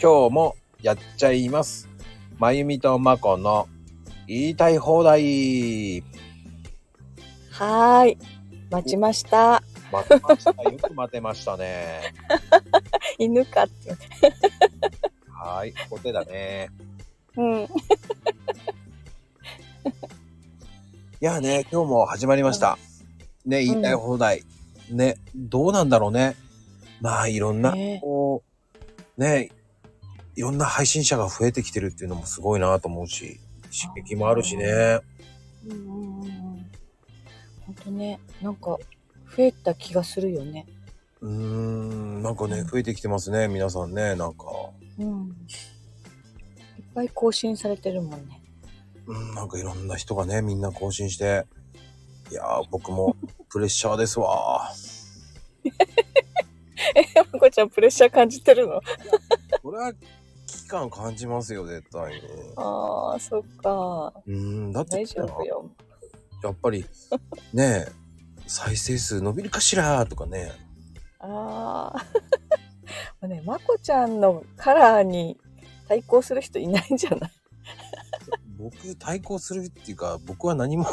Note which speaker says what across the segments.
Speaker 1: 今日もやっちゃいます。まゆみとまこの言いたい放題。
Speaker 2: はーい。待ちました。
Speaker 1: 待てました。よく待てましたね。
Speaker 2: 犬かって。
Speaker 1: はーい。お手だね。
Speaker 2: うん。
Speaker 1: いやね、今日も始まりました。ね、言いたい放題。ね、どうなんだろうね。まあ、いろんな、
Speaker 2: ね
Speaker 1: こう、ね、いろんな配信者が増えてきてるっていうのもすごいなと思うし、刺激もあるしね。
Speaker 2: うんうんうんうん。本当ね、なんか増えた気がするよね。
Speaker 1: うーん、なんかね、増えてきてますね、皆さんね、なんか。
Speaker 2: うん。いっぱい更新されてるもんね。
Speaker 1: うん、なんかいろんな人がね、みんな更新して、いやー、僕もプレッシャーですわ。
Speaker 2: え、 まこちゃんプレッシャー感じてるの？
Speaker 1: これは期間感じますよ、絶対に。
Speaker 2: ああ、そっか。
Speaker 1: うん、だって
Speaker 2: 大、丈夫よ。
Speaker 1: やっぱり、ねえ、再生数伸びるかしらとかね。
Speaker 2: ああ。もうね、まこちゃんのカラーに対抗する人いないんじゃない？
Speaker 1: 僕、対抗するっていうか、僕は何も、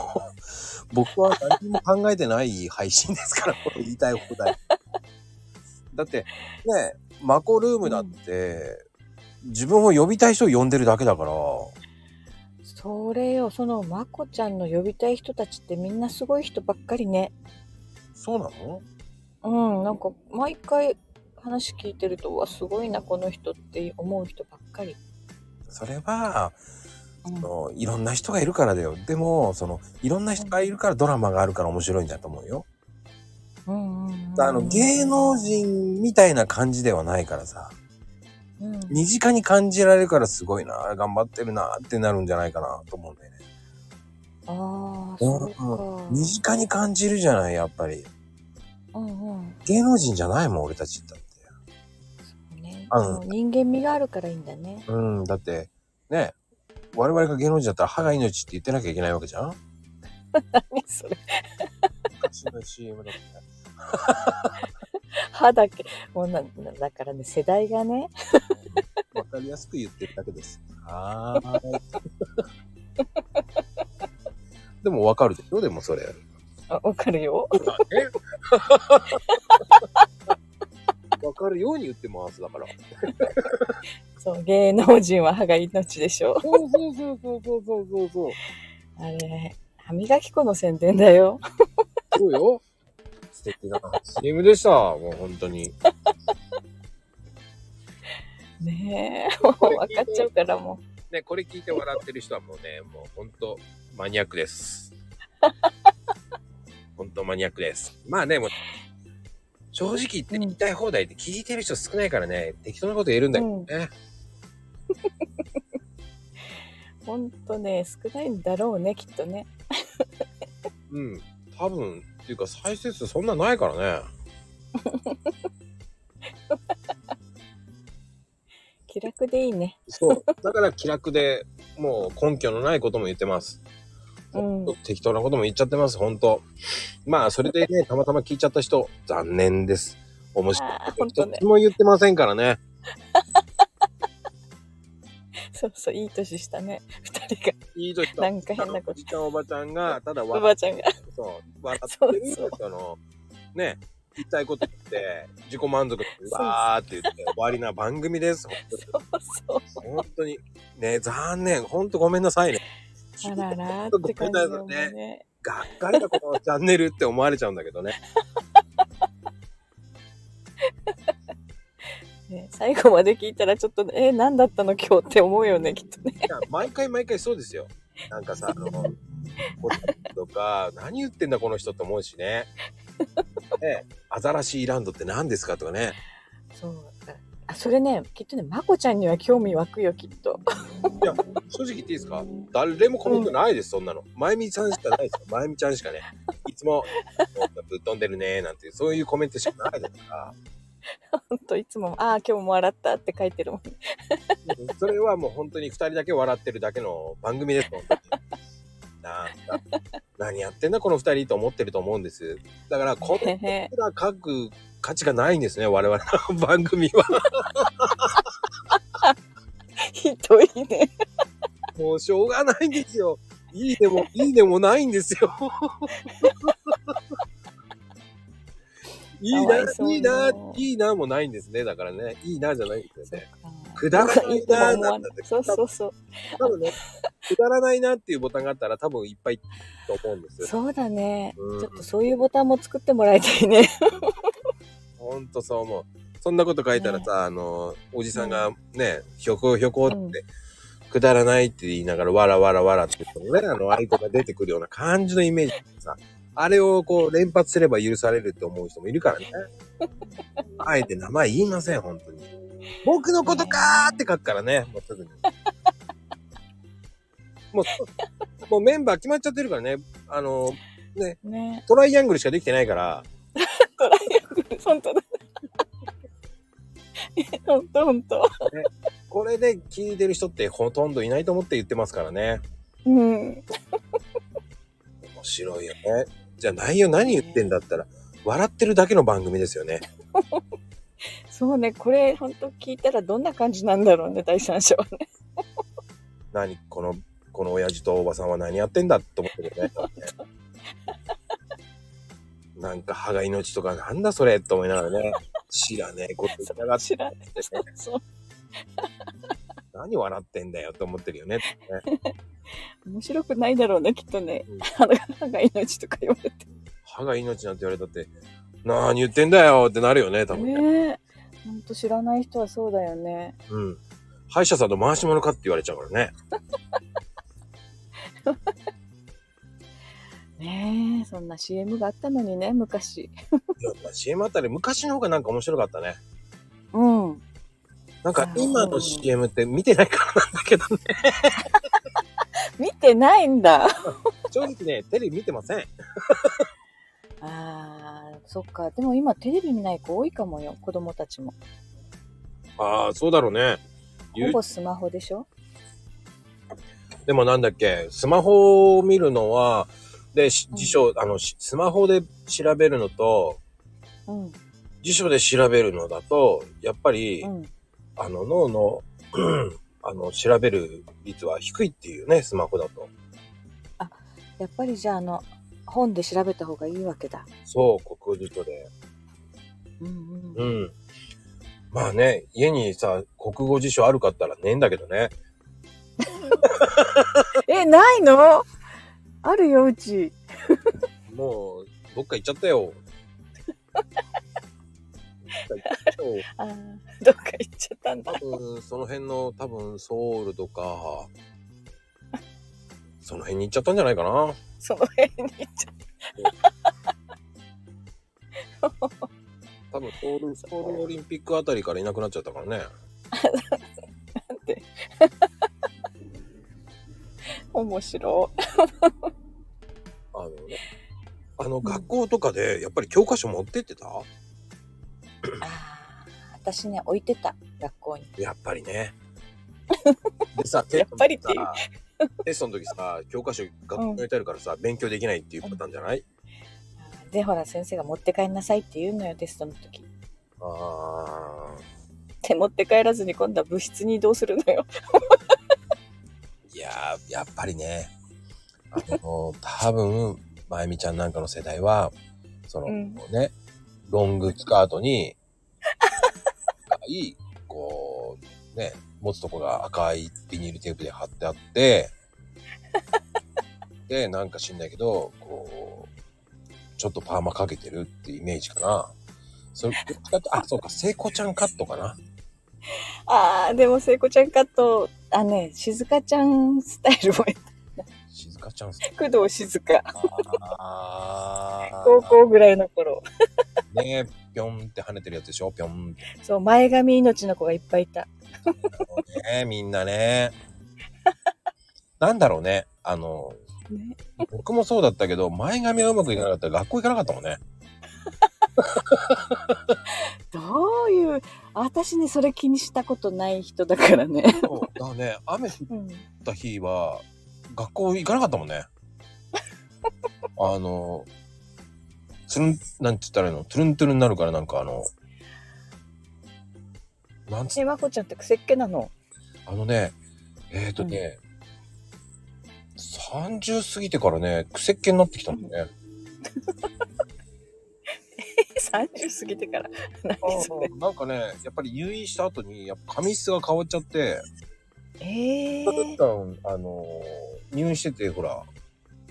Speaker 1: 僕は何も考えてない配信ですから、これ言いたい放題。だって、ねえ、マコルームだって、自分を呼びたい人を呼んでるだけだから、
Speaker 2: それよ、そのまこちゃんの呼びたい人たちってみんなすごい人ばっかりね。
Speaker 1: そうなの
Speaker 2: うん、なんか毎回話聞いてると、うわ、すごいな、この人って思う人ばっかり。
Speaker 1: それは、
Speaker 2: うん
Speaker 1: あのいろんな人がいるからだよ。でも、その、いろんな人がいるからドラマがあるから面白いんだと思うよ。
Speaker 2: うんうんうん、
Speaker 1: あの、芸能人みたいな感じではないからさ、
Speaker 2: うん、
Speaker 1: 身近に感じられるからすごいな、頑張ってるなってなるんじゃないかなと思うんだよね。
Speaker 2: ああ、そうか。
Speaker 1: 身近に感じるじゃない、やっぱり。
Speaker 2: うんうん。
Speaker 1: 芸能人じゃないもん、俺たちだって。
Speaker 2: そうね。
Speaker 1: うん
Speaker 2: その人間味があるからいいんだね。
Speaker 1: うん、だって、ね、我々が芸能人だったら歯が命って言ってなきゃいけないわけじゃん
Speaker 2: 何それ。
Speaker 1: 昔の CM だって。
Speaker 2: 歯だけ。もうな、なだからね、世代がね。
Speaker 1: わかりやすく言ってるだけです。はーい。 でもわかるでしょでもそれ。
Speaker 2: あわかるよ。
Speaker 1: わかるように言ってます。だから。
Speaker 2: そう、芸能人は歯が命でしょ。
Speaker 1: そうそうそうそうそうそうそうそう。
Speaker 2: あれ、歯磨き粉の宣伝だよ。
Speaker 1: そうよ。素敵な CM でした。もう本当に。
Speaker 2: ねえ、もう分かっちゃうからもう。
Speaker 1: ね、これ聞いて笑ってる人はもうね、もう本当マニアック です。本当マニアックです。まあね、もう、正直言って言いたい放題って聞いてる人少ないからね、適当なこと言えるんだけどね。
Speaker 2: ほんとね、少ないんだろうね、きっとね。
Speaker 1: うん、多分っていうか再生数そんなないからね。
Speaker 2: 気楽でいいね。
Speaker 1: そう。だから気楽で、もう根拠のないことも言ってます。
Speaker 2: うん。
Speaker 1: 適当なことも言っちゃってます、本当。まあ、それでね、たまたま聞いちゃった人、残念です。面白い。
Speaker 2: ああ、ほん
Speaker 1: 一
Speaker 2: とね
Speaker 1: つ。も言ってませんからね。
Speaker 2: そうそう、いい年したね。二人
Speaker 1: いいとした
Speaker 2: が、なんか変な
Speaker 1: お
Speaker 2: こと
Speaker 1: じ。ちゃんおばちゃんが、ただ
Speaker 2: お
Speaker 1: 笑
Speaker 2: ば
Speaker 1: っ
Speaker 2: あちゃんが。
Speaker 1: そう笑ってる
Speaker 2: そう
Speaker 1: その、ね、言いたいこと言って、自己満足で、わーって言って終わりな番組です。本当に
Speaker 2: そう そ
Speaker 1: 本当に。ね、残念。本当ごめんなさいね。
Speaker 2: う。あららーって感じだよ
Speaker 1: ね。
Speaker 2: ね。
Speaker 1: がっかりだ、このチャンネルって思われちゃうんだけどね。
Speaker 2: ね最後まで聞いたらちょっとね、えー、何だったの今日って思うよね、きっとね。
Speaker 1: いや毎回毎回そうですよ。なんかさ、あの、これとか、何言ってんだこの人って思うしね。ねアザラシーランドって何ですかとかね。
Speaker 2: そう。あ、それね、きっとね、まこちゃんには興味湧くよ、きっと。
Speaker 1: いや、正直言っていいですか誰もコメントないです、そんなの。まゆみさんしかないですよ。まゆみちゃんしかね。いつも、ぶっ飛んでるねーなんて、そういうコメントしかないですから。
Speaker 2: ほんと、いつも、ああ、今日も笑ったって書いてるもん。
Speaker 1: それはもう本当に2人だけ笑ってるだけの番組 ですもん。なんか何やってんだこの2人と思ってると思うんです。だからコメン
Speaker 2: ね
Speaker 1: トが 書く価値がないんですね我々の番組は。
Speaker 2: ひどいね。
Speaker 1: もうしょうがないんですよ。いいでも、いいでもないんです よ。いい
Speaker 2: か
Speaker 1: な
Speaker 2: わいそう、に
Speaker 1: いいな、いいなもないんですね。だからね、いいなじゃないんですよね。くだらないなーなんだって
Speaker 2: そうそうそう。
Speaker 1: 多分ね、くだらないなっていうボタンがあったら多分いっぱいと思うんですよ。
Speaker 2: そうだね。
Speaker 1: うん
Speaker 2: ちょっとそういうボタンも作ってもらいたいね。
Speaker 1: ほんとそう思う。そんなこと書いたらさ、あの、おじさんがね、ひょこひょこって、
Speaker 2: うん
Speaker 1: くだらないって言いながら、わらわらわらって言ってもね、あの、愛子が出てくるような感じのイメージでさ、あれをこう連発すれば許されるって思う人もいる からね。あえて名前言いません、本当に。僕のことかーって書くからね、もうすぐに。もうそ、もうメンバー決まっちゃってるからね、あの、
Speaker 2: ね。
Speaker 1: トライアングルしかできてないから、
Speaker 2: トライアングル、本当だ。本当本当。
Speaker 1: これで聞いてる人ってほとんどいないと思って言ってますからね。
Speaker 2: うん。
Speaker 1: 面白いよね。じゃあ内容何言ってんだったら、笑ってるだけの番組ですよね。
Speaker 2: そうね。これ本当聞いたらどんな感じなんだろうね、第三章はね。
Speaker 1: 何この、この親父とおばさんは何やってんだって思ってるよね。多分ねなんか歯が命とかなんだそれと思いながらね。知らねえこと言ったがって
Speaker 2: 知らない。そうそう。
Speaker 1: 何笑ってんだよって思ってるよね。
Speaker 2: 面白くないだろうね、きっとね
Speaker 1: うん。
Speaker 2: あの、歯が命とか言われて。
Speaker 1: 歯が命なんて言われたって、何言ってんだよってなるよね、多分ね。
Speaker 2: ねえ。ほんと知らない人はそうだよね。
Speaker 1: うん。歯医者さんの回し者かって言われちゃうからね。
Speaker 2: ねえ、そんな CM があったのにね、昔。
Speaker 1: いや CM あたり昔の方がなんか面白かったね。
Speaker 2: うん。
Speaker 1: なんか今
Speaker 2: う
Speaker 1: の
Speaker 2: ん
Speaker 1: CM って見てないからなんだけどね。
Speaker 2: 見てないんだ。
Speaker 1: 正直ね、テレビ見てません。
Speaker 2: あー、そっか。でも今テレビ見ない子多いかもよ、子供たちも。
Speaker 1: ああ、そうだろうね。
Speaker 2: ほ
Speaker 1: You-
Speaker 2: ぼスマホでしょ
Speaker 1: でもなんだっけ、スマホを見るのは、で、し辞書、あの、しスマホで調べるのと、
Speaker 2: うん。
Speaker 1: 辞書で調べるのだと、やっぱり、
Speaker 2: うん。
Speaker 1: あの、脳の、 うんあの、調べる率は低いっていうね、スマホだと。
Speaker 2: やっぱりじゃあ、あの、本で調べた方がいいわけだ。
Speaker 1: そう、国語辞書で。
Speaker 2: うん
Speaker 1: う
Speaker 2: うん。
Speaker 1: ん。まあね、家にさ、国語辞書あるかったらねえんだけどね。
Speaker 2: え、ないのあるよ、うち。
Speaker 1: もう、どっか行っちゃったよ。どっか行っちゃったよ
Speaker 2: あー、どっか行っちゃったんだ。
Speaker 1: 多分、その辺の、多分、ソウルとか、その辺に行っちゃったんじゃないかな。
Speaker 2: その辺に行っちゃっ
Speaker 1: 多分、ソウル、ソウルオリンピックあたりからいなくなっちゃったからね。
Speaker 2: たって。面白い。
Speaker 1: あのね。あの、学校とかで、やっぱり教科書持ってってた
Speaker 2: あー私ね、置いてた、学校に。
Speaker 1: やっぱりね。でさ、
Speaker 2: やっぱりっていう
Speaker 1: テストの時さ、教科書学校に置いてあるからさ、勉強できないっていうパターンじゃない、
Speaker 2: で、ほら、先生が持って帰んなさいって言うのよ、テストの時。
Speaker 1: ああ。
Speaker 2: で、持って帰らずに今度は部室に移動するのよ。
Speaker 1: いやー、やっぱりね、あの、 多分、まゆみちゃんなんかの世代は、その、
Speaker 2: うん
Speaker 1: ね、ロングスカートに、赤い、こう、ね、持つとこが赤いビニールテープで貼ってあ って、で、なんか知んないけど、こう、ちょっとパーマかけてるってイメージかな。それ、あ、そうか、聖子ちゃんカットかな。
Speaker 2: あー、でも、聖子ちゃんかと、あ、ね、静香ちゃんスタイルも、
Speaker 1: 静香ちゃんさん。
Speaker 2: 工藤静香。
Speaker 1: あー
Speaker 2: 高校ぐらいの頃。
Speaker 1: ねぴょんって跳ねてるやつでしょぴょんって。
Speaker 2: そう、前髪命の子がいっぱいいた。
Speaker 1: ねみんなね。なんだろうね。あの、
Speaker 2: ね、
Speaker 1: 僕もそうだったけど、前髪はうまくいかなかったら学校行かなかったもんね。
Speaker 2: どういう、私ね、それ気にしたことない人だからね。
Speaker 1: そうだからね、雨降っ
Speaker 2: うん。
Speaker 1: た日は、学校行かなかったもんね。 あの、つるん、なんつったらいいのトゥルントゥルンになるから、なんかあの、なんつ
Speaker 2: え、まこちゃんって癖っ気なの
Speaker 1: あのね、えっ、とね、30過ぎてからね、癖っ気になってきたんだよね。
Speaker 2: 30過ぎてから。何それ。
Speaker 1: なんかね、やっぱり入院した後に、やっぱ髪質が変わっちゃって、
Speaker 2: ええ
Speaker 1: だったらあのー、入院してて、ほら、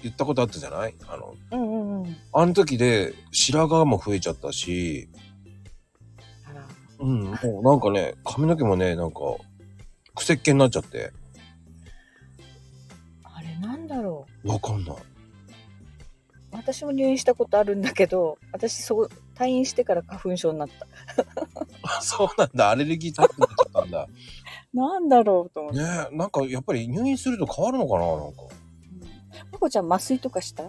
Speaker 1: 言ったことあったじゃないあの、
Speaker 2: うんうんうん。
Speaker 1: あの時で白髪も増えちゃったし、
Speaker 2: あら。
Speaker 1: うん、もうなんかね、髪の毛もね、なんか、癖っ気になっちゃって、
Speaker 2: あれなんだろう。
Speaker 1: わかんない。
Speaker 2: 私も入院したことあるんだけど、私そこ退院してから花粉症になった。
Speaker 1: あ そうなんだ、アレルギータイプになっちゃったんだ。
Speaker 2: なんだろうと思って。
Speaker 1: ねえ、なんかやっぱり入院すると変わるのかななんか。
Speaker 2: まこちゃん麻酔とかした？
Speaker 1: い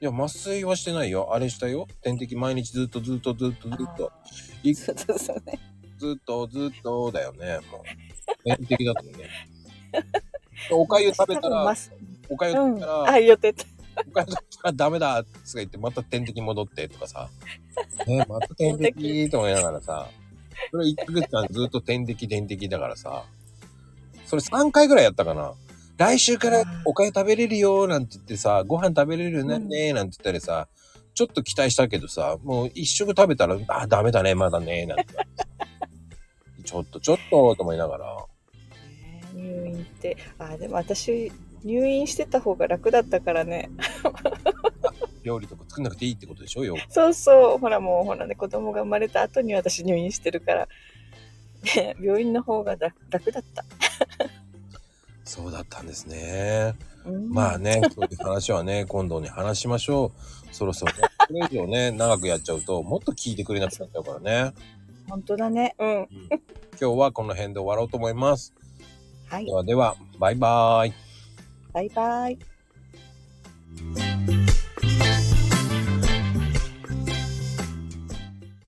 Speaker 1: や、麻酔はしてないよ。あれしたよ。点滴毎日ずっとずっとずっとずっと、い
Speaker 2: そうそうそうね。
Speaker 1: ずっとずっとだよね。もう。点滴だったもんね。おかゆ食べた
Speaker 2: 多分
Speaker 1: ら
Speaker 2: 麻、酔
Speaker 1: おかゆ
Speaker 2: う
Speaker 1: 食べ
Speaker 2: ん。
Speaker 1: たら、
Speaker 2: あ、言ってた。
Speaker 1: おかゆ食べたらダメだっつって言って、また点滴戻ってとかさ。ね、また点滴と思いながらさ。それ1ヶ月間ずっと点滴、点滴だからさ。それ3回ぐらいやったかな。来週からおかゆ食べれるよなんて言ってさ、ご飯食べれるようになるねなんて言ったりさ、ちょっと期待したけどさ、もう一食食べたら、あ、ダメだね、まだね、なんて言われて。ちょっとちょっとと思いながら。
Speaker 2: 入院って、あ、でも私入院してた方が楽だったからね。
Speaker 1: 料理とか作んなくていいってことでしょよ。
Speaker 2: そうそう、ほらもうほらね、子供が生まれた後に私入院してるから、ね、病院の方が楽楽だった。
Speaker 1: そうだったんですね。
Speaker 2: うん
Speaker 1: まあ。ね、そういう話はね、 今度に話しましょう。そろそろね、これ以上ね、長くやっちゃうと、もっと聞いてくれなくなっちゃうからね。
Speaker 2: 本当だね。うん。
Speaker 1: 今日はこの辺で終わろうと思います。
Speaker 2: はい
Speaker 1: で。はでは、バイバーイ。
Speaker 2: バイバイ。